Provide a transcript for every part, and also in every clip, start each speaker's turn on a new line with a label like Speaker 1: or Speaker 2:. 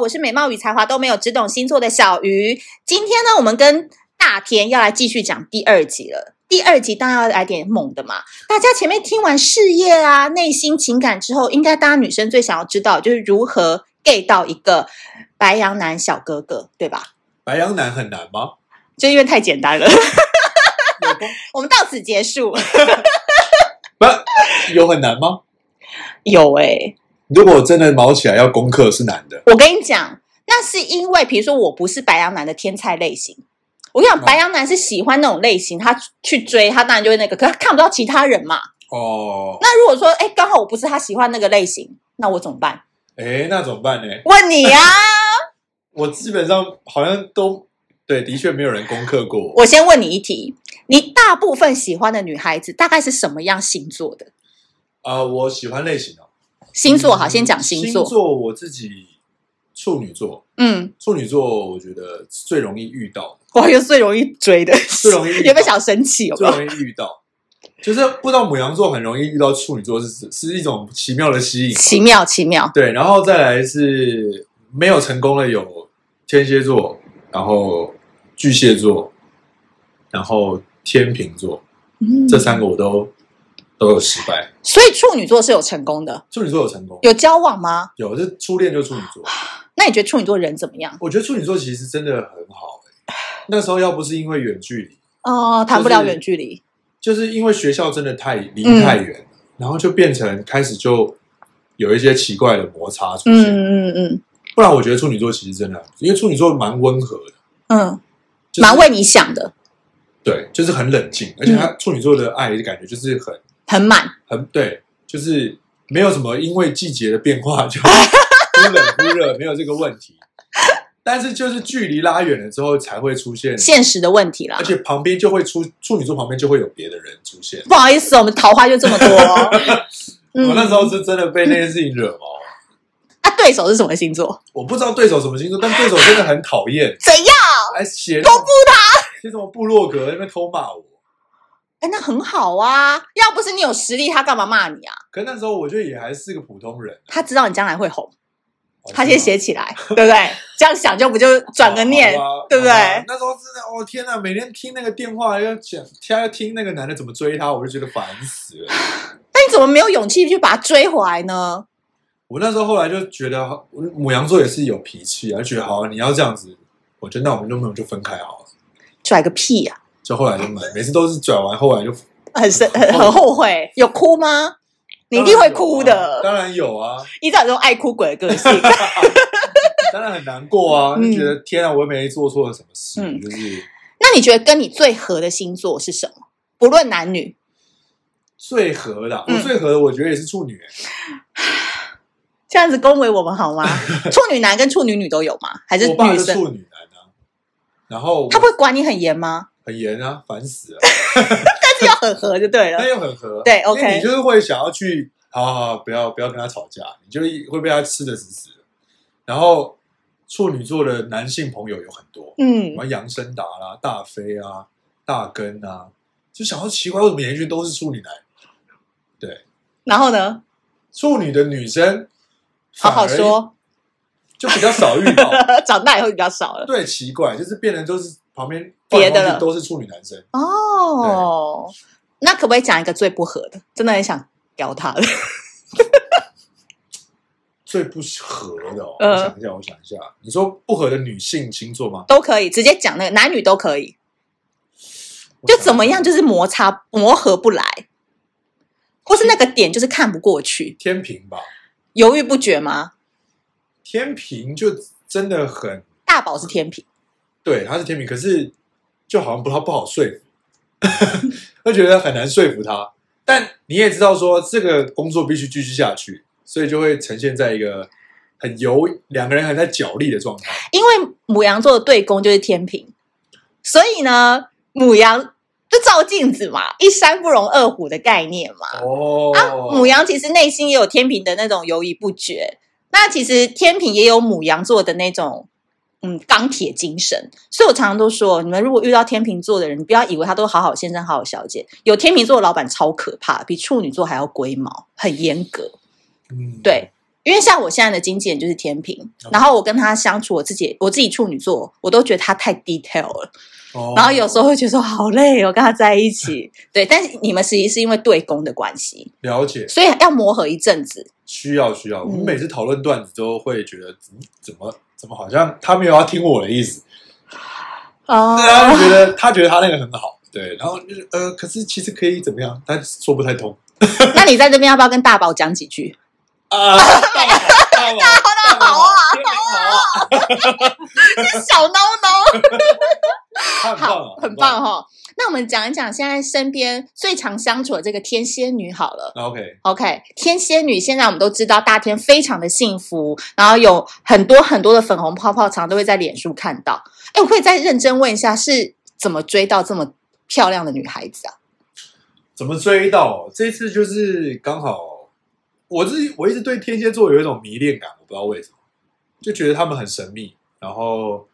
Speaker 1: 我是美貌与才华都没有，只懂星座的小鱼。今天呢，我们跟大田要来继续讲第二集了。第二集当然要来点猛的嘛！大家前面听完事业啊、内心情感之后，应该大家女生最想要知道就是如何 get 到一个白羊男小哥哥，对吧？
Speaker 2: 白羊男很难吗？
Speaker 1: 就因为太简单了，
Speaker 2: 有吗
Speaker 1: 我们到此结束。
Speaker 2: 不，有很难吗？
Speaker 1: 有欸诶、
Speaker 2: 如果真的毛起来要攻克是难的，
Speaker 1: 我跟你讲，那是因为比如说我不是白羊男的天菜类型。我跟你讲，
Speaker 2: 哦
Speaker 1: 白羊男是喜欢那种类型，他去追他当然就会那个，可他看不到其他人嘛。
Speaker 2: 哦。
Speaker 1: 那如果说，哎，刚好我不是他喜欢那个类型，那我怎么办？
Speaker 2: 哎，那怎么办呢？
Speaker 1: 问你啊呀、
Speaker 2: 我基本上好像都对，的确没有人攻克过我。
Speaker 1: 我先问你一题，你大部分喜欢的女孩子大概是什么样星座的？
Speaker 2: 啊、我喜欢类型哦。
Speaker 1: 星座好，先讲
Speaker 2: 嗯星
Speaker 1: 星座。
Speaker 2: 座我自己处女座，
Speaker 1: 嗯，
Speaker 2: 处女座我觉得最容易遇到，
Speaker 1: 我又最容易追的，
Speaker 2: 最容易遇 到
Speaker 1: 有没有想生气？有没
Speaker 2: 最
Speaker 1: 有？
Speaker 2: 容易遇到，就是不知道母羊座很容易遇到处女座是是一种奇妙的吸引。
Speaker 1: 奇妙，奇妙。
Speaker 2: 对，然后再来是没有成功的有天蝎座，然后巨蟹座，然后天秤座，
Speaker 1: 嗯
Speaker 2: 这三个我都都有失败。
Speaker 1: 所以处女座是有成功的，
Speaker 2: 处女座有成功，
Speaker 1: 有交往吗？
Speaker 2: 有这初恋就处女座。
Speaker 1: 那你觉得处女座人怎么样？
Speaker 2: 我觉得处女座其实真的很好、欸、那时候要不是因为远距离，
Speaker 1: 哦，谈不了远距离，
Speaker 2: 就是因为学校真的太离
Speaker 1: 嗯
Speaker 2: 太远，然后就变成开始就有一些奇怪的摩擦出现。
Speaker 1: 嗯嗯
Speaker 2: 不然我觉得处女座其实真的还不错，因为处女座蛮温和的，
Speaker 1: 嗯
Speaker 2: 就
Speaker 1: 嗯，
Speaker 2: 是
Speaker 1: 蛮为你想的，
Speaker 2: 对，就是很冷静，而且
Speaker 1: 嗯
Speaker 2: 他处女座的爱感觉就是很
Speaker 1: 很满。
Speaker 2: 很对，就是没有什么因为季节的变化就 忽冷忽热，没有这个问题。但是就是距离拉远了之后才会出现，
Speaker 1: 现实的问题啦
Speaker 2: 而。且旁边就会出处女座旁边就会有别的人出现。
Speaker 1: 不好意思，我们桃花就这么多、哦 嗯
Speaker 2: 哦我那时候是真的被那件事情惹毛，
Speaker 1: 啊，对手是什么星座？
Speaker 2: 我不知道对手什么星座，但对手真的很讨厌，
Speaker 1: 怎样？
Speaker 2: 还写公布他，写什么部落格在那边偷骂我。
Speaker 1: 哎，那很好啊。要不是你有实力，他干嘛骂你啊？
Speaker 2: 可那时候我觉得也还是个普通人，
Speaker 1: 他知道你将来会红，
Speaker 2: 哦
Speaker 1: 他先写起来，对不对？这样想就不就转个念
Speaker 2: 哦好，吧
Speaker 1: 对不对
Speaker 2: 好吧那时候真的，哦天哪，每天听那个电话要讲，他要听那个男的怎么追她，我就觉得烦死了。
Speaker 1: 那你怎么没有勇气去把他追回来呢？
Speaker 2: 我那时候后来就觉得，我母羊座也是有脾气啊，就觉得好，你要这样子，我觉得那我们就没有就分开好了。
Speaker 1: 拽个屁呀、
Speaker 2: 啊就后来就没，每次都是转完，后来就
Speaker 1: 很生很很后悔，有哭吗？ 你一定会哭的，
Speaker 2: 当然有啊，
Speaker 1: 依照你这种爱哭鬼的个 性，
Speaker 2: 当然很难过啊，
Speaker 1: 嗯
Speaker 2: 就觉得天啊，我又没做错了什么事，
Speaker 1: 嗯
Speaker 2: 就是
Speaker 1: 那你觉得跟你最合的星座是什么？不论男女，
Speaker 2: 最合的啊，
Speaker 1: 嗯
Speaker 2: 我最合的，我觉得也是处女欸，
Speaker 1: 这样子恭维我们好 吗？处女男跟处女女都有吗？还是
Speaker 2: 我爸
Speaker 1: 女
Speaker 2: 是
Speaker 1: 生？
Speaker 2: 处女男啊，然后我
Speaker 1: 他不会管你很严吗？
Speaker 2: 很严啊，烦死了。
Speaker 1: 但是要很合就对
Speaker 2: 那
Speaker 1: 了。
Speaker 2: 又很合。
Speaker 1: 对
Speaker 2: 因为
Speaker 1: OK
Speaker 2: 你就是会想要去，好好好，不要不要跟他吵架，你就会被他吃的死死的。然后处女座的男性朋友有很多，什
Speaker 1: 嗯，
Speaker 2: 么杨森达啦、大飞啊、大根啊，就想要奇怪，为什么演艺圈都是处女男？对，
Speaker 1: 然后呢？
Speaker 2: 处女的女生
Speaker 1: 好好，
Speaker 2: 反而哦
Speaker 1: 说，
Speaker 2: 就比较少遇 到。
Speaker 1: 长大以后比较少了。
Speaker 2: 对，奇怪，就是变成都是旁边
Speaker 1: 别的了
Speaker 2: 放来放去都是处女男生。
Speaker 1: 哦，那可不可以讲一个最不合的？真的很想屌他的。
Speaker 2: 最不合的、哦，
Speaker 1: 嗯
Speaker 2: 我想一下，我想一下，你说不合的女性星座吗？
Speaker 1: 都可以，直接讲那个男女都可以，就怎么样，就是摩擦磨合不来，或是那个点就是看不过去，
Speaker 2: 天平吧，
Speaker 1: 犹豫不决吗？
Speaker 2: 天平就真的很
Speaker 1: 大宝是天平，
Speaker 2: 对，他是天平，可是就好像不他不好说服， 会觉得很难说服他。但你也知道说这个工作必须继续下去，所以就会呈现在一个很犹两个人还在角力的状态。
Speaker 1: 因为母羊座的对宫就是天平，所以呢，母羊就照镜子嘛，一山不容二虎的概念嘛。
Speaker 2: 哦，
Speaker 1: 啊母羊其实内心也有天平的那种犹豫不决，那其实天平也有母羊座的那种嗯钢铁精神，所以我常常都说，你们如果遇到天平座的人，你不要以为他都好好先生、好好小姐，有天平座的老板超可怕，比处女座还要龟毛，很严格。
Speaker 2: 嗯
Speaker 1: 对，因为像我现在的经纪人就是天平
Speaker 2: OK，
Speaker 1: 然后我跟他相处，我自己我自己处女座，我都觉得他太 detail 了，
Speaker 2: 哦
Speaker 1: 然后有时候会觉得说好累哦，跟他在一起。对，但是你们实际是因为对攻的关系，
Speaker 2: 了解，
Speaker 1: 所以要磨合一阵子。
Speaker 2: 需要需要。我们
Speaker 1: 嗯
Speaker 2: 每次讨论段子都会觉得，嗯怎么怎么好像他没有要听我的意思，
Speaker 1: 哦
Speaker 2: 对他觉得他觉得他那个很好，对，然后就是呃，可是其实可以怎么样？他说不太通
Speaker 1: 那你在这边要不要跟大宝讲几句？
Speaker 2: 啊。大宝大宝大宝好啊，天明好啊，
Speaker 1: 小孬孬，
Speaker 2: 他很棒啊
Speaker 1: 好，，很棒。哈、哦。那我们讲一讲现在身边最常相处的这个天蝎女好了。
Speaker 2: 那 OK，
Speaker 1: OK，天蝎女现在我们都知道，大天非常的幸福，然后有很多很多的粉红泡泡，常都会在脸书看到。哎，我可以再认真问一下，是怎么追到这么漂亮的女孩子啊？
Speaker 2: 怎么追到？这次就是刚好，我自己我一直对天蝎座有一种迷恋感，我不知道为什么，就觉得他们很神秘，然后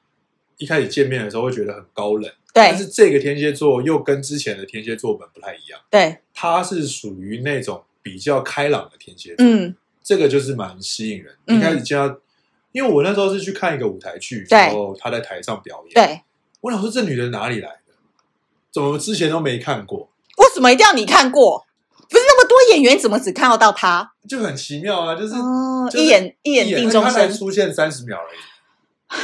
Speaker 2: 一开始见面的时候会觉得很高冷，但
Speaker 1: 对
Speaker 2: 是这个天蝎座又跟之前的天蝎座们不太一样，
Speaker 1: 对，
Speaker 2: 他是属于那种比较开朗的天蝎座，
Speaker 1: 嗯
Speaker 2: 这个就是蛮吸引人。
Speaker 1: 嗯
Speaker 2: 一开始见到，因为我那时候是去看一个舞台剧，
Speaker 1: 对
Speaker 2: 然后他在台上表演，
Speaker 1: 对，
Speaker 2: 我想说这女的哪里来的？怎么之前都没看过？
Speaker 1: 为什么一定要你看过？不是那么多演员，怎么只看得到她？
Speaker 2: 就很奇妙啊，就是
Speaker 1: 哦，
Speaker 2: 就是
Speaker 1: 一眼一眼定终
Speaker 2: 他才
Speaker 1: 身。
Speaker 2: 出现三十秒而已。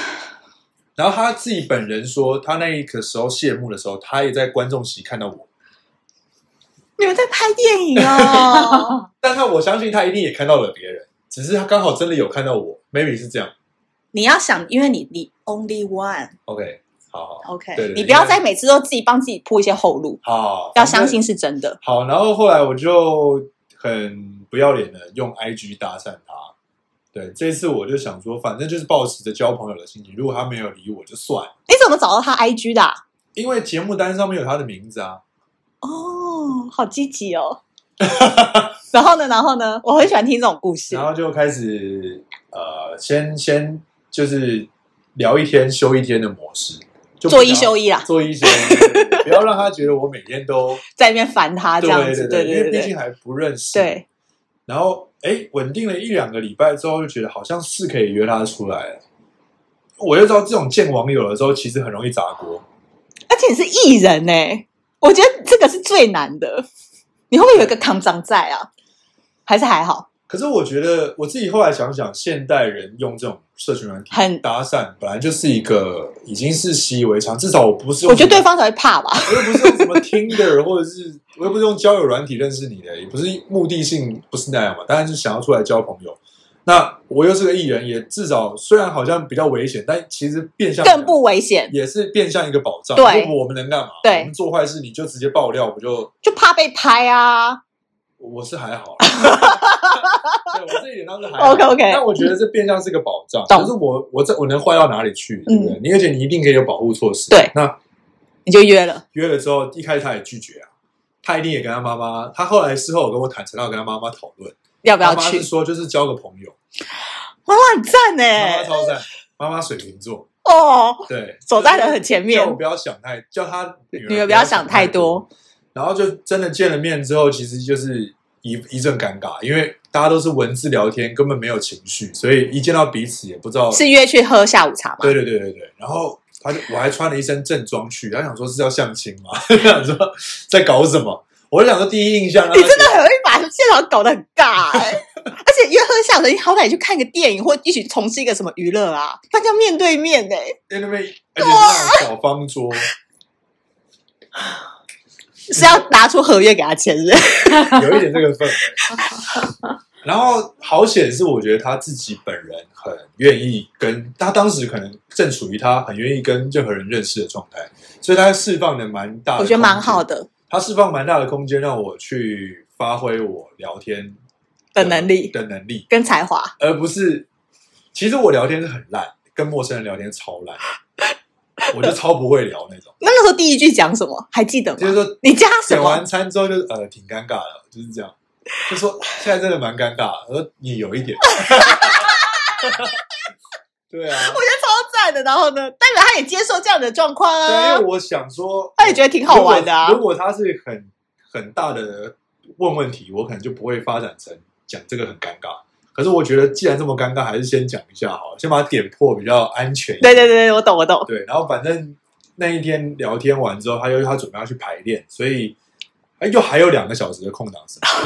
Speaker 2: 然后他自己本人说，他那一个时候谢幕的时候，他也在观众席看到我，
Speaker 1: 你们在拍电影 哦？
Speaker 2: 但他我相信他一定也看到了别人，只是他刚好真的有看到我，maybe 是这样。
Speaker 1: 你要想，因为你你 only one，OK，、
Speaker 2: OK，好好
Speaker 1: OK，
Speaker 2: 对对
Speaker 1: 你不要
Speaker 2: 因为
Speaker 1: 再每次都自己帮自己铺一些后路，
Speaker 2: 好，
Speaker 1: 要
Speaker 2: 反正
Speaker 1: 相信是真的。
Speaker 2: 好，然后后来我就很不要脸的用 IG 搭讪他。对，这次我就想说，反正就是抱持着交朋友的心情，如果他没有理我就算了，
Speaker 1: 你怎么找到他 IG 的啊、
Speaker 2: 因为节目单上面有他的名字啊。
Speaker 1: 哦，好积极 哦。然后呢，然后呢，我很喜欢听这种故事
Speaker 2: 然。后就开始呃，先先就是聊一天休一天的模式，就
Speaker 1: 做一休啊
Speaker 2: 一，
Speaker 1: 一啦，
Speaker 2: 做一休一，对对对 不要让他觉得我每天都
Speaker 1: 在那边烦他啊这
Speaker 2: 对
Speaker 1: 样
Speaker 2: 对
Speaker 1: 子，对
Speaker 2: 因为
Speaker 1: 对
Speaker 2: 毕
Speaker 1: 对
Speaker 2: 竟还不认识。，
Speaker 1: 对，
Speaker 2: 然后哎，稳定了一两个礼拜之后，就觉得好像是可以约他出来了。我就知道这种见网友的时候，其实很容易砸锅。
Speaker 1: 而且你是艺人呢、我觉得这个是最难的。你会不会有一个扛长在啊？还是还好？
Speaker 2: 可是我觉得我自己后来想想，现代人用这种社群软体
Speaker 1: 很
Speaker 2: 搭讪，本来就是一个已经是习以为常。至少我不是用
Speaker 1: 我觉得
Speaker 2: 什么
Speaker 1: 对方才会怕吧。
Speaker 2: 我又不是用什么 Tinder，或 者是我又不是用交友软体认识你的，也不是目的性不是那样嘛，当然是想要出来交朋友。那我又是个艺人，也至少虽然好像比较危险，但其实变相
Speaker 1: 更不危 险，
Speaker 2: 也是变相一个保障。
Speaker 1: 对
Speaker 2: 如果我们能干嘛？
Speaker 1: 对
Speaker 2: 我们做坏事你就直接爆料，我就
Speaker 1: 就怕被拍啊。
Speaker 2: 我是还好 啦。对，我这一点倒是还好。
Speaker 1: OK，OK
Speaker 2: 但我觉得这变相是个保障，
Speaker 1: 懂嗯
Speaker 2: 可是我我这我能坏到哪里去？对不对？你而且你一定可以有保护措施。
Speaker 1: 对，
Speaker 2: 那
Speaker 1: 你就约了，
Speaker 2: 约了之后，一开始他也拒绝啊，他一定也跟他妈妈，他后来事后有跟我坦诚，他有跟他妈妈讨论，
Speaker 1: 要不要
Speaker 2: 妈妈是
Speaker 1: 去？
Speaker 2: 说就是交个朋友，
Speaker 1: 哇，很赞呢、欸
Speaker 2: 妈妈超赞，妈妈水瓶座，
Speaker 1: 哦，
Speaker 2: 对，
Speaker 1: 走在人很前面
Speaker 2: 叫我不要想太，叫他女
Speaker 1: 女
Speaker 2: 儿
Speaker 1: 儿不要想太多，
Speaker 2: 然后就真的见了面之后，其实就是一一阵尴尬，因为大家都是文字聊天，根本没有情绪，所以一见到彼此也不知道，
Speaker 1: 是约去喝下午茶吗？
Speaker 2: 对对对对对，然后。他就我还穿了一身正装去，他想说是要相亲嘛， 他想说在搞什么？我就想说第一印象，让他
Speaker 1: 你
Speaker 2: 觉
Speaker 1: 真
Speaker 2: 得
Speaker 1: 的很容易把现场搞得很 尬、欸，而且约喝下午茶，你好歹去看个电影或一起从事一个什么娱乐啊，那叫面对面哎、
Speaker 2: 在那边，而且是那种小方桌，
Speaker 1: 是要拿出合约给他签是不是？
Speaker 2: 有一点这个氛围。然后好险是，我觉得他自己本人很愿意跟他当时可能正处于他很愿意跟任何人认识的状态，所以他释放的蛮大的，
Speaker 1: 我觉得蛮好。的
Speaker 2: 他释放蛮大的空间让我去发挥我聊天
Speaker 1: 的能力
Speaker 2: 的能力，
Speaker 1: 跟才华，
Speaker 2: 而不是其实我聊天是很烂，跟陌生人聊天超烂，我就超不会聊 那种。
Speaker 1: 那个时候第一句讲什么还记得
Speaker 2: 就是
Speaker 1: 吗？
Speaker 2: 说
Speaker 1: 你加 什
Speaker 2: 点
Speaker 1: 么
Speaker 2: 完？餐之后就呃挺尴尬的，就是这样，就说现在真的蛮尴尬的。我说你有一点， 对
Speaker 1: 我觉得
Speaker 2: 啊，
Speaker 1: 超赞的。然后呢，代表他也接受这样的状况
Speaker 2: 对，
Speaker 1: 啊
Speaker 2: 因为，我想说，
Speaker 1: 他也觉得哎挺好玩的啊
Speaker 2: 如。果如果他是很很大的问问题，我可能就不会发展成讲这个很尴尬。可是我觉得既然这么尴尬，还是先讲一下好了，先把它点破比较安全一
Speaker 1: 对
Speaker 2: 点。
Speaker 1: 对对对，我懂我懂。
Speaker 2: 对，然后反正那一天聊天完之后，他又他准备要去排练，所以哎，又还有两个小时的空档时间。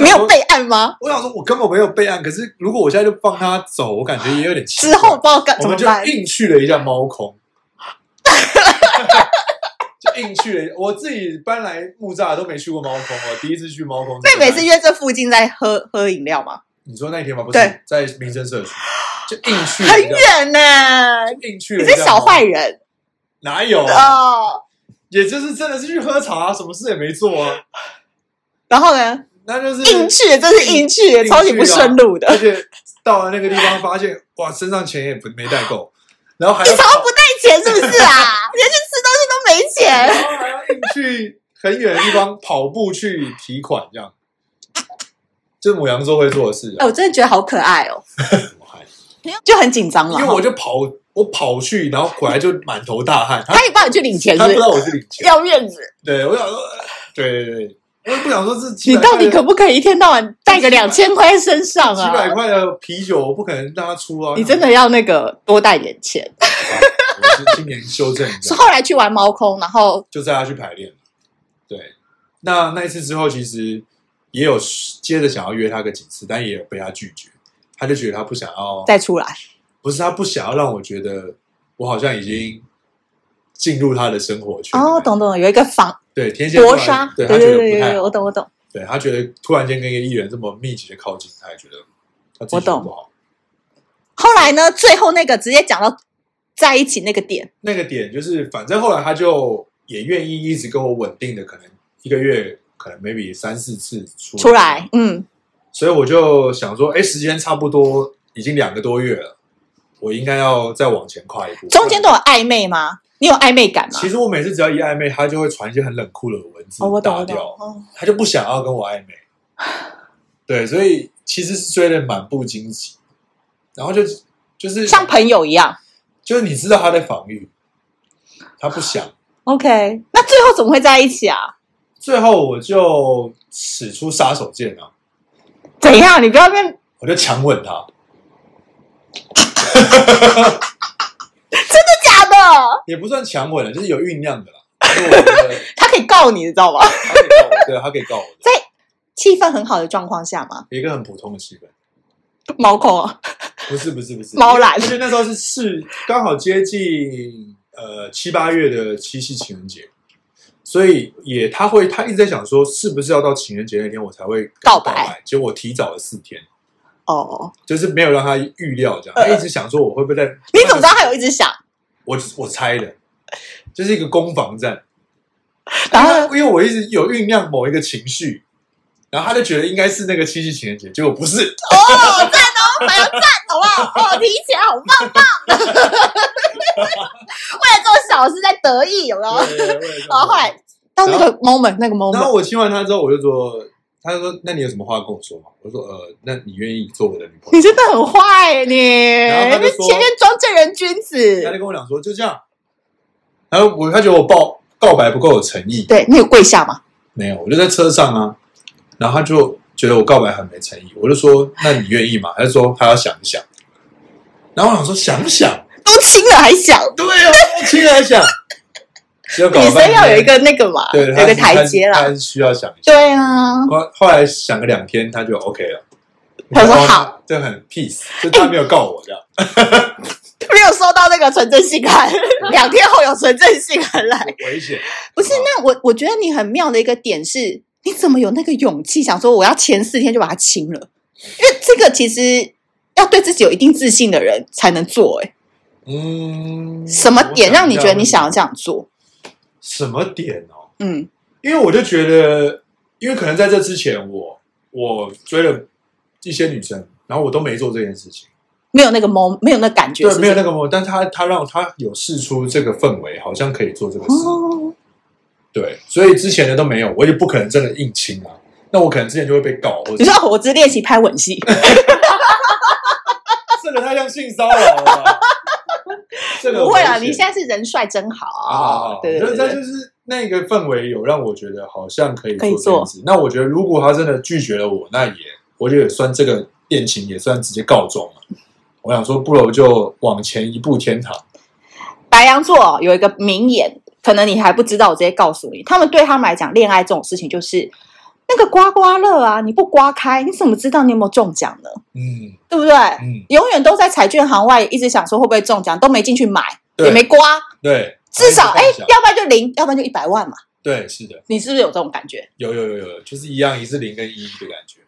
Speaker 1: 没有备案吗？
Speaker 2: 我想说，我根本没有备案。可是如果我现在就放他走，我感觉也有点奇怪
Speaker 1: 之后不知道该
Speaker 2: 我
Speaker 1: 怎么
Speaker 2: 们就
Speaker 1: 办。
Speaker 2: 硬去了一下猫空，就硬去了一。我自己搬来木栅都没去过猫空，我第一次去猫空。
Speaker 1: 所以每次约这附近在喝喝饮料吗？
Speaker 2: 你说那天吗？不
Speaker 1: 对
Speaker 2: 是在民生社区，就硬去了
Speaker 1: 很
Speaker 2: 一下，
Speaker 1: 远呢、
Speaker 2: 硬去了
Speaker 1: 你
Speaker 2: 一下
Speaker 1: 是
Speaker 2: 猫
Speaker 1: 小
Speaker 2: 空。
Speaker 1: 坏人
Speaker 2: 哪有啊？
Speaker 1: 哦。
Speaker 2: 也就是真的是去喝茶，什么事也没做啊。
Speaker 1: 然后呢，
Speaker 2: 那就是
Speaker 1: 硬去，真是硬去，
Speaker 2: 硬
Speaker 1: 超级
Speaker 2: 去
Speaker 1: 不
Speaker 2: 啊
Speaker 1: 顺路的
Speaker 2: 而。且到了那个地方，发现哇，身上钱也不没带够，然后还
Speaker 1: 你
Speaker 2: 要
Speaker 1: 超不带钱是不是 啊？连去吃东西都没钱，
Speaker 2: 然后还要硬去很远的地方跑步去提款，这样，这是母羊座会做的事、
Speaker 1: 哎，
Speaker 2: 啊。
Speaker 1: 我真的觉得好可爱哦，就很紧张了。啊
Speaker 2: 因为我就跑，我跑去，然后回来就满头大汗。 他
Speaker 1: 啊他也帮你去领钱，是
Speaker 2: 他
Speaker 1: 不
Speaker 2: 不知道
Speaker 1: 是？
Speaker 2: 我是领钱，
Speaker 1: 要面子，
Speaker 2: 对我想说，呃对对对，我也不想说这几
Speaker 1: 你
Speaker 2: 百
Speaker 1: 到
Speaker 2: 块
Speaker 1: 底
Speaker 2: 的
Speaker 1: 可不可以一天到晚 带个两千块在身上
Speaker 2: 几百
Speaker 1: 啊？
Speaker 2: 块的啤酒，我不可能让他出 啊。
Speaker 1: 你真的要那个多带点钱。
Speaker 2: 我是今年修正一
Speaker 1: 是啊
Speaker 2: 下，
Speaker 1: 后来去玩猫空，然后
Speaker 2: 就带他去排练了。对，那那一次之后，其实也有接着想要约他个几次，但也有被他拒绝。他就觉得他不想要，
Speaker 1: 再出来。
Speaker 2: 不是他不想要让我觉得我好像已经进入他的生活圈。
Speaker 1: 哦，懂懂，有一个防
Speaker 2: 对天蝎座
Speaker 1: 薄纱，
Speaker 2: 对他
Speaker 1: 对
Speaker 2: 觉
Speaker 1: 对
Speaker 2: 得不
Speaker 1: 对
Speaker 2: 太
Speaker 1: 对，
Speaker 2: 好，
Speaker 1: 我懂我懂。
Speaker 2: 对他觉得突然间跟一个艺人这么密集的靠近，他也觉得他自己
Speaker 1: 我懂
Speaker 2: 不好。
Speaker 1: 后来呢，最后那个直接讲到在一起那个点，
Speaker 2: 那个点就是，反正后来他就也愿意一直跟我稳定的，可能一个月可能 maybe 三四次出
Speaker 1: 出来，嗯，
Speaker 2: 所以我就想说，哎，时间差不多已经两个多月了，我应该要再往前跨一步。
Speaker 1: 中间都有暧昧吗？你有暧昧感吗
Speaker 2: 其？实我每次只要一暧昧，他就会传一些很冷酷的文字，
Speaker 1: 哦，我懂
Speaker 2: 打
Speaker 1: 我懂。
Speaker 2: 掉，
Speaker 1: 哦
Speaker 2: 他就不想要跟我暧昧。对，所以其实是追的满不经济，然后就就是
Speaker 1: 像朋友一样。
Speaker 2: 就是你知道他在防御，他不想。
Speaker 1: OK，那最后怎么会在一起啊？
Speaker 2: 最后我就使出杀手锏啊，
Speaker 1: 怎样？你不要变，
Speaker 2: 我就强吻他。
Speaker 1: 假的，
Speaker 2: 也不算强吻了，就是有酝酿的啦。因为我觉得
Speaker 1: 他可以告你，你知道吗？
Speaker 2: 他可以告我，对，他可以告我的，
Speaker 1: 气氛很好的状况下吗？
Speaker 2: 一个很普通的气氛。
Speaker 1: 毛孔啊，
Speaker 2: 不是不是不是，
Speaker 1: 猫懒
Speaker 2: 而且那时候是是刚好接近呃七八月的七夕情人节，所以也他会他一直在想说，是不是要到情人节那天我才会跟他
Speaker 1: 告
Speaker 2: 告
Speaker 1: 白
Speaker 2: 白？结果我提早了四天，
Speaker 1: 哦，
Speaker 2: 就是没有让他预料这样，
Speaker 1: 呃
Speaker 2: 他一直想说我会不会在？
Speaker 1: 你怎么知道他有一直想？
Speaker 2: 我我猜的，就是一个攻防战。
Speaker 1: 然后呢
Speaker 2: 因为我一直有酝酿某一个情绪，然后他就觉得应该是那个七夕情人节，结果不是，
Speaker 1: 哦，赞哦，反要赞，好不 好？哦，听起来好棒 棒。为了这种小事在得意，有没有？
Speaker 2: 对对对我也这么
Speaker 1: 然后后来到那个 moment，那个 moment，
Speaker 2: 然后我亲完她之后，我就说，她就说，那你有什么话跟我说吗？我说，呃，那你愿意做我的女朋
Speaker 1: 你
Speaker 2: 友？
Speaker 1: 真的很坏耶、
Speaker 2: 然后他
Speaker 1: 你
Speaker 2: 就说
Speaker 1: 前面装正人君
Speaker 2: 她就
Speaker 1: 子。
Speaker 2: 跟我讲说，就这样。然后我她觉得我告告白不够有诚意，
Speaker 1: 对，你有跪下吗？
Speaker 2: 没有，我就在车上啊。然后她就觉得我告白很没诚意，我就说，那你愿意吗？她就说她要想一想。然后我想说想不想，
Speaker 1: 都亲了还想，
Speaker 2: 对哦，我亲了还 想。只有搞
Speaker 1: 女
Speaker 2: 了半
Speaker 1: 生
Speaker 2: 天
Speaker 1: 要有一个那个嘛，
Speaker 2: 对，
Speaker 1: 有
Speaker 2: 她
Speaker 1: 一个
Speaker 2: 是
Speaker 1: 台阶
Speaker 2: 她
Speaker 1: 啦。
Speaker 2: 她需要想一下。
Speaker 1: 对啊，
Speaker 2: 后后来想个两天，她就 OK 了。
Speaker 1: 她说好，
Speaker 2: 就很 peace，就她没有告我这样。
Speaker 1: 没有收到那个纯正信函，两天后有纯正信函来。
Speaker 2: 哎危险。
Speaker 1: 不是，那我我觉得你很妙的一个点是，你怎么有那个勇气想说我要前四天就把它清了？因为这个其实要对自己有一定自信的人才能做、欸。
Speaker 2: 嗯，
Speaker 1: 什么点让你觉得你想要
Speaker 2: 我
Speaker 1: 这样做？
Speaker 2: 想一下什么点哦？
Speaker 1: 嗯，
Speaker 2: 因为我就觉得，因为可能在这之前我，我追了一些女生，然后我都没做这件事情，
Speaker 1: 没有那个 moment，没有那感觉
Speaker 2: 对
Speaker 1: 是，不是，
Speaker 2: 没有那个 moment，但他他让他有试出这个氛围，好像可以做这个事，
Speaker 1: 哦，
Speaker 2: 对，所以之前的都没有，我也不可能真的硬亲啊，那我可能之前就会被告，或 者
Speaker 1: 你说我只练习拍吻 戏，
Speaker 2: 这个太像性骚扰 了，这个
Speaker 1: 不会啦，
Speaker 2: 危险
Speaker 1: 你现在是人帅真好
Speaker 2: 啊，
Speaker 1: 对对
Speaker 2: 那
Speaker 1: 对
Speaker 2: 就
Speaker 1: 对，
Speaker 2: 是那个氛围有让我觉得好像可以
Speaker 1: 可以
Speaker 2: 做这件事。那我觉得如果他真的拒绝了我，那也我觉得也算这个恋情也算直接告终了。我想说，不如就往前一步天堂。
Speaker 1: 白羊座有一个名言，可能你还不知道，我直接告诉你，他们对他们来讲，恋爱这种事情就是那个刮刮乐啊，你不刮开，你怎么知道你有没有中奖呢？
Speaker 2: 嗯
Speaker 1: 对不对？
Speaker 2: 嗯，
Speaker 1: 永远都在彩券行外，一直想说会不会中奖，都没进去买，
Speaker 2: 对
Speaker 1: 也没刮，
Speaker 2: 对，
Speaker 1: 至少哎
Speaker 2: 还是，
Speaker 1: 要不然就零，要不然就一百万嘛。
Speaker 2: 对，是的，
Speaker 1: 你是不是有这种感觉？
Speaker 2: 有有有有，就是一样，一是零跟一的感觉。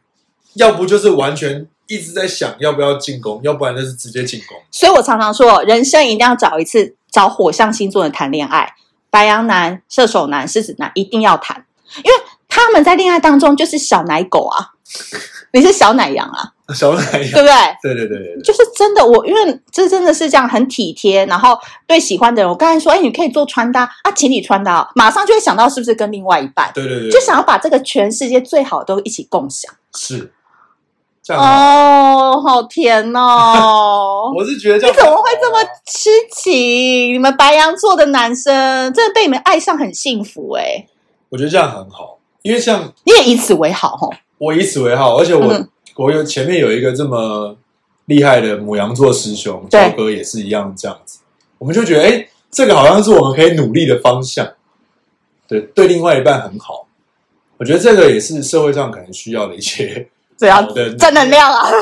Speaker 2: 要不就是完全一直在想要不要进攻，要不然就是直接进攻。
Speaker 1: 所以我常常说，人生一定要找一次找火象星座的谈恋爱，白羊男、射手男、狮子男一定要谈，因为他们在恋爱当中就是小奶狗啊，你是小奶羊啊，
Speaker 2: 小奶
Speaker 1: 对
Speaker 2: 羊，
Speaker 1: 不对？
Speaker 2: 对对对对对，
Speaker 1: 就是真的，我因为这真的是这样很体贴，然后对喜欢的人，我刚才说，哎，你可以做穿搭啊，请你穿搭，马上就会想到是不是跟另外一半，
Speaker 2: 对对对，
Speaker 1: 就想要把这个全世界最好都一起共享。
Speaker 2: 是这样吗。
Speaker 1: 哦，好甜 哦！
Speaker 2: 我是觉得这
Speaker 1: 你
Speaker 2: 样，
Speaker 1: 怎么会这么痴情？你们白羊座的男生真的被你们爱上很幸福哎、
Speaker 2: 我觉得这样很好，因为像
Speaker 1: 你也以此为好哦。
Speaker 2: 我以此为豪，而且我、
Speaker 1: 嗯
Speaker 2: 我有前面有一个这么厉害的母羊座师兄，
Speaker 1: 对
Speaker 2: 焦哥也是一样这样子，我们就觉得哎、诶这个好像是我们可以努力的方向，对对，另外一半很好，我觉得这个也是社会上可能需要的一些
Speaker 1: 这样
Speaker 2: 好的
Speaker 1: 正能量啊！哎、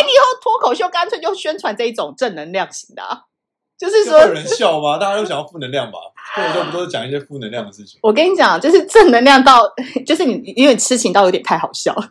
Speaker 1: 你以后脱口秀干脆就宣传这一种正能量型的、啊， 就是
Speaker 2: 会有
Speaker 1: 说，
Speaker 2: 人笑吗？大家都想要负能量吧？或者说不都是讲一些负能量的事情？
Speaker 1: 我跟你讲，啊就是正能量到， 就是你因为痴情到有点太好笑，荒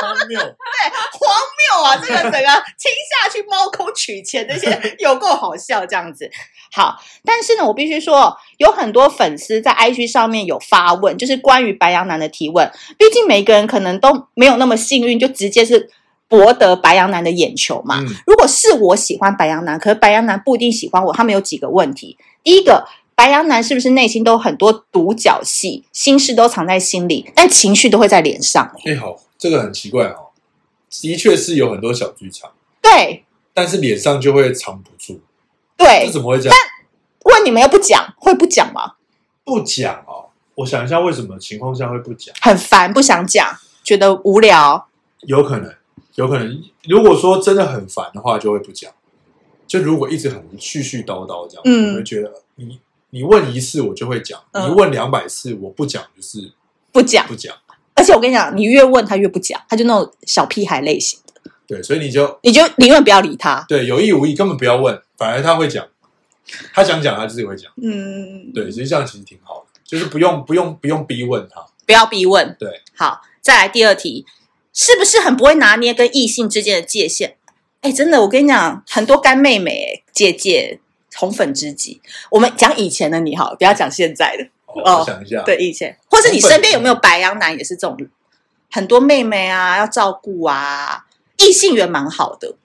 Speaker 2: 荒谬，
Speaker 1: 谬啊！这个整个亲下去猫空取钱，这些 有够好笑这样子。好，但是呢，我必须说，有很多粉丝在 IG 上面有发问，就是关于白羊男的提问。毕竟每个人可能都没有那么幸运，就直接是博得白羊男的眼球嘛。
Speaker 2: 嗯
Speaker 1: 如果是我喜欢白羊男，可是白羊男不一定喜欢我，他们有几个问题。第一个，白羊男是不是内心都有很多独角戏，心事都藏在心里，但情绪都会在脸上、
Speaker 2: 哎、好，这个很奇怪哦，的确是有很多小剧场，
Speaker 1: 对
Speaker 2: 但是脸上就会藏不住，这
Speaker 1: 对，
Speaker 2: 怎么会这样？
Speaker 1: 问你们又不讲，会不讲吗？
Speaker 2: 不讲哦，我想一下为什么情况下会不讲，
Speaker 1: 很烦，不想讲，觉得无聊。
Speaker 2: 有可能，有可能，如果说真的很烦的话，就会不讲。就如果一直很絮絮叨叨这样，
Speaker 1: 嗯
Speaker 2: 我会觉得你你问一次我就会讲，
Speaker 1: 嗯
Speaker 2: 你问两百次我不讲就是
Speaker 1: 不讲，
Speaker 2: 不讲，
Speaker 1: 而且我跟你讲，你越问他越不讲，他就那种小屁孩类型的，
Speaker 2: 对，所以你就
Speaker 1: 你就宁愿不要理他。
Speaker 2: 对有意无意根本不要问，反而他会讲，他想讲他自己会讲，
Speaker 1: 嗯，
Speaker 2: 对，其实这样其实挺好的，就是不用不用不用逼问他，
Speaker 1: 不要逼问。
Speaker 2: 对，
Speaker 1: 好，再来第二题，是不是很不会拿捏跟异性之间的界限？哎，真的，我跟你讲，很多干妹妹、姐姐、红粉知己，我们讲以前的你好了，不要讲现在的。哦
Speaker 2: 哦，我想一下，
Speaker 1: 对，以前，或是你身
Speaker 2: 嗯
Speaker 1: 边有没有白羊男也是这种，很多妹妹啊，要照顾啊，异性缘蛮好的，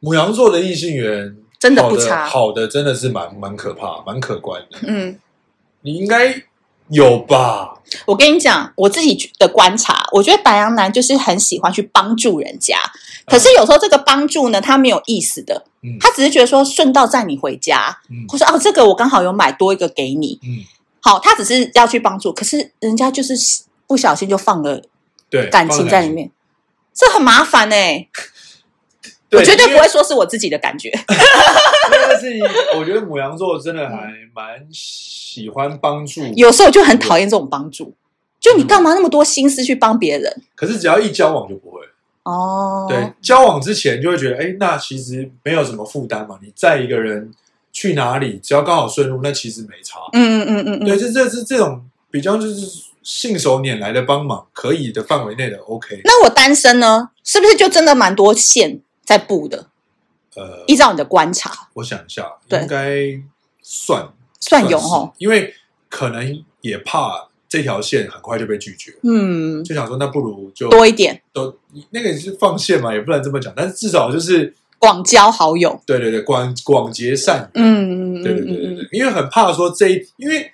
Speaker 2: 母羊座的异性缘
Speaker 1: 真的
Speaker 2: 好
Speaker 1: 不
Speaker 2: 的
Speaker 1: 差。
Speaker 2: 好的真的是蛮蛮可怕、蛮可观的。
Speaker 1: 嗯，
Speaker 2: 你应该有吧？
Speaker 1: 我跟你讲，我自己的观察，我觉得白羊男就是很喜欢去帮助人家，可是有时候这个帮助呢，他没有意思的，
Speaker 2: 嗯
Speaker 1: 他只是觉得说顺道载你回家，
Speaker 2: 嗯
Speaker 1: 或说哦，这个我刚好有买多一个给你，
Speaker 2: 嗯，
Speaker 1: 好，他只是要去帮助，可是人家就是不小心就放了
Speaker 2: 对，
Speaker 1: 感情在里面，这很麻烦哎、
Speaker 2: 放在里面。
Speaker 1: 我绝对
Speaker 2: 因
Speaker 1: 不
Speaker 2: 为
Speaker 1: 会说是我自己的感觉，
Speaker 2: 这个事情，我觉得母羊座真的还蛮喜欢帮助，
Speaker 1: 有时候就很讨厌这种帮助，就你干嘛那么多心思去帮别人？
Speaker 2: 可是只要一交往就不会。
Speaker 1: 哦，
Speaker 2: 对，交往之前就会觉得，哎，那其实没有什么负担嘛。你载一个人去哪里，只要刚好顺路，那其实没差。
Speaker 1: 嗯，嗯嗯嗯嗯，
Speaker 2: 对，这这是这种比较就是信手拈来的帮忙，可以的范围内的 OK。
Speaker 1: 那我单身呢，是不是就真的蛮多线在布的？
Speaker 2: 呃，
Speaker 1: 依照你的观察，
Speaker 2: 我想一下，
Speaker 1: 对
Speaker 2: 应该算
Speaker 1: 算有
Speaker 2: 是
Speaker 1: 吼。
Speaker 2: 因为可能也怕这条线很快就被拒绝，
Speaker 1: 嗯，
Speaker 2: 就想说那不如就
Speaker 1: 多一点
Speaker 2: 都那个也是放线嘛，也不能这么讲，但是至少就是
Speaker 1: 广交好友。
Speaker 2: 对对对，广广结善缘，
Speaker 1: 嗯嗯
Speaker 2: 对对
Speaker 1: 嗯
Speaker 2: 对对
Speaker 1: 嗯嗯，
Speaker 2: 对，因为很怕说这一，因为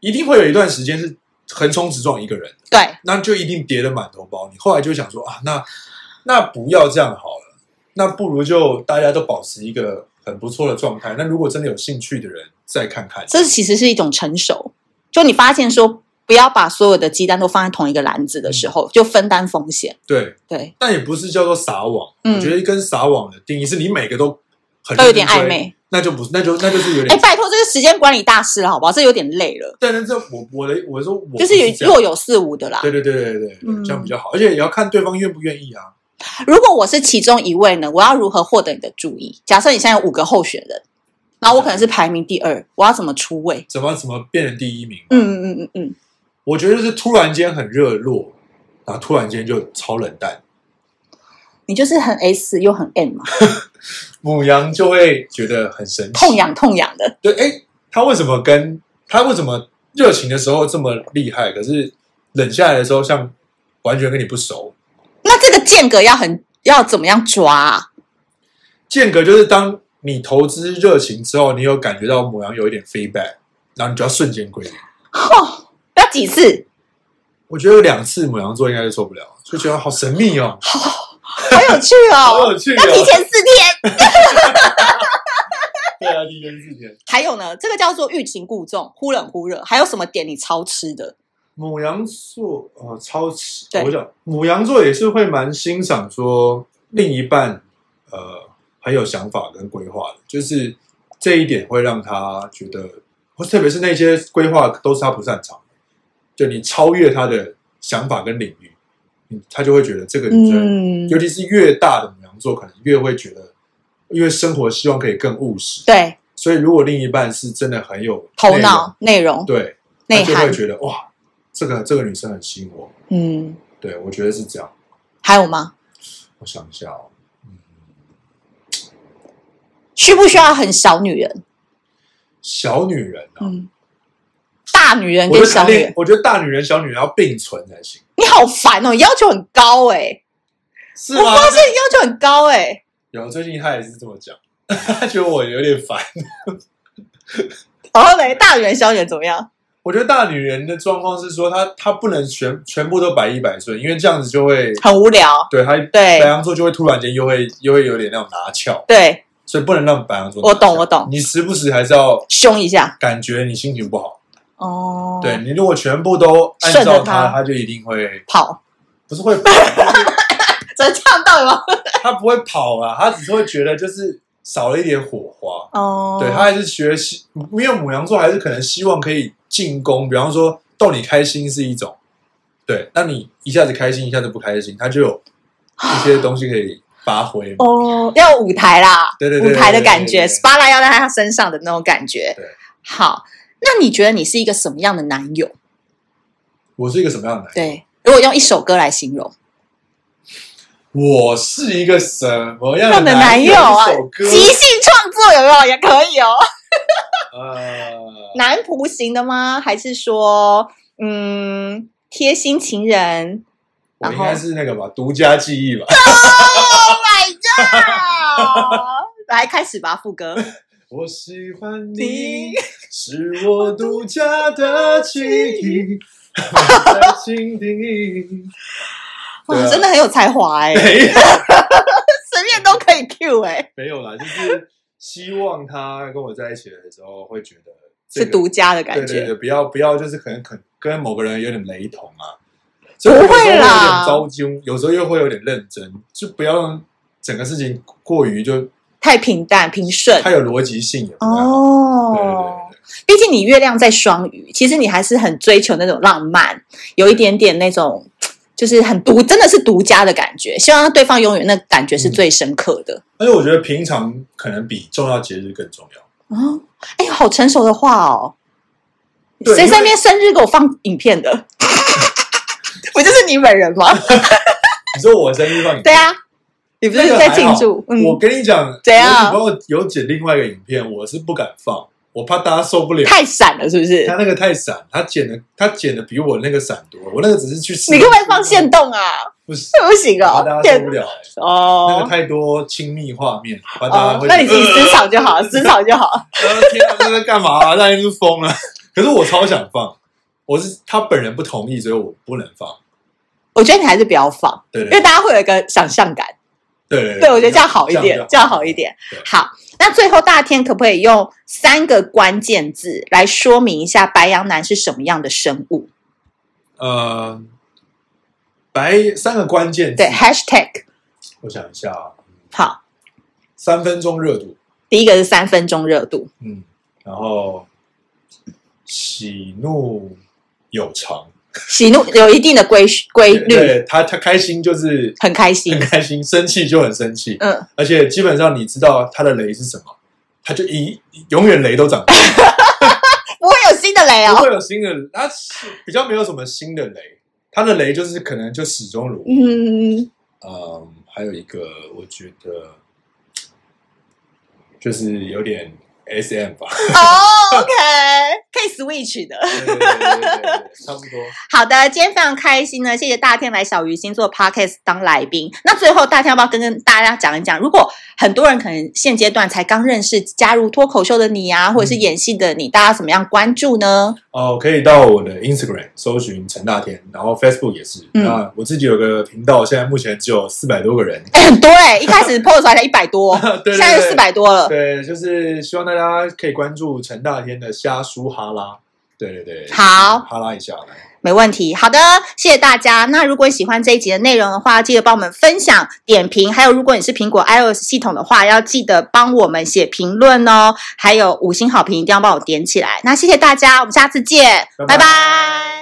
Speaker 2: 一定会有一段时间是横冲直撞一个人，
Speaker 1: 对，
Speaker 2: 那就一定跌得满头包。你后来就想说啊，那那不要这样好了，那不如就大家都保持一个很不错的状态。那如果真的有兴趣的人，再看看。
Speaker 1: 这其实是一种成熟，就你发现说不要把所有的鸡蛋都放在同一个篮子的时
Speaker 2: 嗯
Speaker 1: 候，就分担风险。
Speaker 2: 对，
Speaker 1: 对，
Speaker 2: 但也不是叫做撒网。
Speaker 1: 嗯
Speaker 2: 我觉得跟撒网的定义是你每个都很
Speaker 1: 都有点
Speaker 2: 认真
Speaker 1: 暧
Speaker 2: 追
Speaker 1: 昧，
Speaker 2: 那就不是，那就那就是有
Speaker 1: 哎，
Speaker 2: 点。
Speaker 1: 拜托，这是时间管理大师了，好不好？这有点累了，
Speaker 2: 但是这我我的我说我
Speaker 1: 就是
Speaker 2: 这
Speaker 1: 有
Speaker 2: 样
Speaker 1: 若有似无的啦。
Speaker 2: 对对对对对，对
Speaker 1: 嗯
Speaker 2: 这样比较好，而且也要看对方愿不愿意啊。
Speaker 1: 如果我是其中一位呢，我要如何获得你的注意？假设你现在有五个候选人，然后我可能是排名第二，我要怎么出位？
Speaker 2: 怎么怎么变成第一名？
Speaker 1: 嗯嗯嗯嗯
Speaker 2: 我觉得是突然间很热络，然后突然间就超冷淡，
Speaker 1: 嗯，你就是很 S 又很 M 嘛，
Speaker 2: 母羊就会觉得很神奇。
Speaker 1: 痛痒痛痒的。
Speaker 2: 对，哎，他为什么跟他为什么热情的时候这么厉害，可是冷下来的时候像完全跟你不熟？
Speaker 1: 那这个间隔要很要怎么样抓、啊？
Speaker 2: 间隔就是当你投资热情之后，你有感觉到母羊有一点 feedback，然后你就要瞬间归零。
Speaker 1: 吼，要几 次？
Speaker 2: 我觉得有两次母羊座应该就受不了，就觉得好神秘哦，
Speaker 1: 好有趣
Speaker 2: 好
Speaker 1: 哦！
Speaker 2: 有趣哦
Speaker 1: 要。提前四天。
Speaker 2: 对啊，提前四天。
Speaker 1: 还有呢，这个叫做欲擒故纵，忽冷忽热。还有什么点你超吃的？
Speaker 2: 母羊座哦，超级
Speaker 1: 对
Speaker 2: 我想母羊座也是会蛮欣赏说另一半呃很有想法跟规划的，就是这一点会让他觉得，或特别是那些规划都是他不擅长的，就你超越他的想法跟领域，嗯，他就会觉得这个女生，
Speaker 1: 嗯，
Speaker 2: 尤其是越大的母羊座，可能越会觉得，因为生活希望可以更务实，
Speaker 1: 对，
Speaker 2: 所以如果另一半是真的很有
Speaker 1: 头
Speaker 2: 内容
Speaker 1: 脑、内容、
Speaker 2: 对，他
Speaker 1: 内
Speaker 2: 就会
Speaker 1: 涵，
Speaker 2: 觉得哇，这个这个女生很吸引我。
Speaker 1: 嗯，
Speaker 2: 对，我觉得是这样。
Speaker 1: 还有吗？
Speaker 2: 我想一下哦，嗯，
Speaker 1: 需不需要很小女人？
Speaker 2: 小女人啊，
Speaker 1: 嗯，大女人
Speaker 2: 我
Speaker 1: 嗯跟
Speaker 2: 觉得
Speaker 1: 小
Speaker 2: 谈
Speaker 1: 女
Speaker 2: 恋
Speaker 1: 人，，
Speaker 2: 我觉得大女人、小女人要并存才行，
Speaker 1: 你好烦哦，你要求很高哎、
Speaker 2: 是
Speaker 1: 我
Speaker 2: 吗？
Speaker 1: 发现你要求很高哎、
Speaker 2: 有最近他也是这么讲， 他觉得我有点烦。
Speaker 1: 然后哦嘞，大女人、小女人怎么样？
Speaker 2: 我觉得大女人的状况是说，她她不能全全部都百依百顺，因为这样子就会
Speaker 1: 很无聊。
Speaker 2: 对啊她
Speaker 1: 对
Speaker 2: 白羊座就会突然间又会又会有点那种拿翘，
Speaker 1: 对，
Speaker 2: 所以不能让白羊座拿
Speaker 1: 我懂
Speaker 2: 翘
Speaker 1: 我懂
Speaker 2: 你时不时还是要
Speaker 1: 凶一下
Speaker 2: 感觉你心情不好。
Speaker 1: 哦。
Speaker 2: 对，你如果全部都按
Speaker 1: 顺着
Speaker 2: 照
Speaker 1: 他
Speaker 2: 他，他就一定会
Speaker 1: 跑，不
Speaker 2: 不是会跑，
Speaker 1: 这呛到了吗？
Speaker 2: 他不会跑啊，他只是会觉得就是少了一点火花。
Speaker 1: 哦，
Speaker 2: 对他还是学习，因为母羊座还是可能希望可以进攻，比方说逗你开心是一种，对，那你一下子开心，一下子不开心，他就有一些东西可以发挥嘛。
Speaker 1: 哦，要有舞台啦，
Speaker 2: 对对对
Speaker 1: 舞台的感
Speaker 2: 对
Speaker 1: 觉
Speaker 2: 对对
Speaker 1: ，SPA 要在他身上的那种感觉
Speaker 2: 对。
Speaker 1: 好，那你觉得你是一个什么样的男友？
Speaker 2: 我是一个什么样的人？
Speaker 1: 对，如果用一首歌来形容，
Speaker 2: 我是一个什么样
Speaker 1: 我的男友啊
Speaker 2: 一首，歌，
Speaker 1: 即兴创作有没有也可以哦？
Speaker 2: 呃，
Speaker 1: 男仆型的吗？还是说，嗯，贴心情人
Speaker 2: 我
Speaker 1: 然
Speaker 2: 应
Speaker 1: 后
Speaker 2: 该是那个吧，独家记忆吧。
Speaker 1: ？Oh my god！来 开始吧，副歌。
Speaker 2: 啊我喜欢你，是我独家的记 忆，放在心底。
Speaker 1: 哇，
Speaker 2: 对啊
Speaker 1: 真的很有才华哎、
Speaker 2: 没有，
Speaker 1: 随便都可以 Q 哎、
Speaker 2: 没有啦，就是希望他跟我在一起的时候会觉得、这个、
Speaker 1: 是独家的感觉。
Speaker 2: 对对对，不要不要，就是可能可跟某个人有点雷同啊。
Speaker 1: 不会啦
Speaker 2: 所以有时候有点糟心，有时候又会有点认真，就不要让整个事情过于就
Speaker 1: 太平淡平顺
Speaker 2: 太有逻辑性了。对对对
Speaker 1: 哦。
Speaker 2: 对，
Speaker 1: 毕竟你月亮在双鱼，其实你还是很追求那种浪漫，有一点点那种。就是很独，真的是独家的感觉。希望让对方永远那感觉是最深刻的。
Speaker 2: 而且我觉得平常可能比重要节日更重要。
Speaker 1: 哦，哎，好成熟的话哦。
Speaker 2: 嗯对
Speaker 1: 谁
Speaker 2: 因为
Speaker 1: 在那边生日给我放影片的？ 不就是你本人 吗？
Speaker 2: 你说我生日放你
Speaker 1: 对啊，你不
Speaker 2: 那
Speaker 1: 是
Speaker 2: 个
Speaker 1: 在
Speaker 2: 还
Speaker 1: 庆
Speaker 2: 好
Speaker 1: 祝？
Speaker 2: 我
Speaker 1: 嗯，
Speaker 2: 跟你讲，
Speaker 1: 怎样
Speaker 2: 我女朋友有剪另外一个影片，我是不敢放，我怕大家受不了。
Speaker 1: 太闪了，是不是
Speaker 2: 她？那个太闪，她剪的她剪的比我那个闪多，我那个只是去试。
Speaker 1: 你可不可以放现动啊？
Speaker 2: 不是，
Speaker 1: 不行
Speaker 2: 怕
Speaker 1: 哦
Speaker 2: 大，家
Speaker 1: 电
Speaker 2: 受不了、欸那个
Speaker 1: 哦
Speaker 2: 太多亲密画面，怕大家
Speaker 1: 哦
Speaker 2: 会。，
Speaker 1: 那你 自己私藏就好，私藏就好。
Speaker 2: 呃。呃天啊，这在干嘛、啊？那就是疯了。可是我超想放，我是她本人不同意，所以我不能放。
Speaker 1: 我觉得你还是不要放，
Speaker 2: 对
Speaker 1: 因为
Speaker 2: 对
Speaker 1: 大家会有一个想象感。
Speaker 2: 对
Speaker 1: 对，我觉得这样好一点，这样好一。
Speaker 2: 比较
Speaker 1: 点
Speaker 2: 对。
Speaker 1: 好，那最后大天可不可以用三个关键字来说明一下白羊男是什么样的生物？
Speaker 2: 呃，白三个关键字
Speaker 1: 对，，#hashtag
Speaker 2: 我想一下啊，
Speaker 1: 好，
Speaker 2: 三分钟热度，
Speaker 1: 第一个是三分钟热度，
Speaker 2: 嗯，然后喜怒有常，
Speaker 1: 喜怒有一定的规规律，
Speaker 2: 对他他开心就是
Speaker 1: 很开心
Speaker 2: 很，开心，生气就很生气，
Speaker 1: 嗯，
Speaker 2: 而且基本上你知道他的雷是什么，他就一永远雷都长不
Speaker 1: 哎
Speaker 2: 一样
Speaker 1: 不会有新的雷
Speaker 2: 不
Speaker 1: 哦，
Speaker 2: 会有新的，它是比较没有什么新的雷，它的雷就是可能就始终如一。
Speaker 1: 嗯，
Speaker 2: 嗯，还有一个我觉得就是有点 S M 吧，
Speaker 1: 哦，OK，可以 switch 的。
Speaker 2: 对对对对对对差不多。
Speaker 1: 好的，今天非常开心呢，谢谢大天来小鱼星座 podcast 当来宾。那最后，大天要不要跟跟大家讲一讲？如果很多人可能现阶段才刚认识加入脱口秀的你啊，或者是演戏的你，大家怎么样关注呢？
Speaker 2: 哦，可以到我的 Instagram 搜寻陈大天，然后 Facebook 也是。
Speaker 1: 嗯
Speaker 2: 那我自己有个频道，现在目前只有四百多个人。
Speaker 1: 哎、很多哎、一开始 post 才一百多，
Speaker 2: 对 对对
Speaker 1: 现在就四百多了。
Speaker 2: 对，就是希望大家可以关注陈大天的虾叔哈拉。对对对，
Speaker 1: 好
Speaker 2: 哈拉一下。
Speaker 1: 没问题。好的，谢谢大家。那如果喜欢这一集的内容的话，记得帮我们分享、点评，还有如果你是苹果 iOS 系统的话，要记得帮我们写评论哦，还有五星好评一定要帮我点起来。那谢谢大家，我们下次见，
Speaker 2: 拜
Speaker 1: 拜
Speaker 2: 拜
Speaker 1: 拜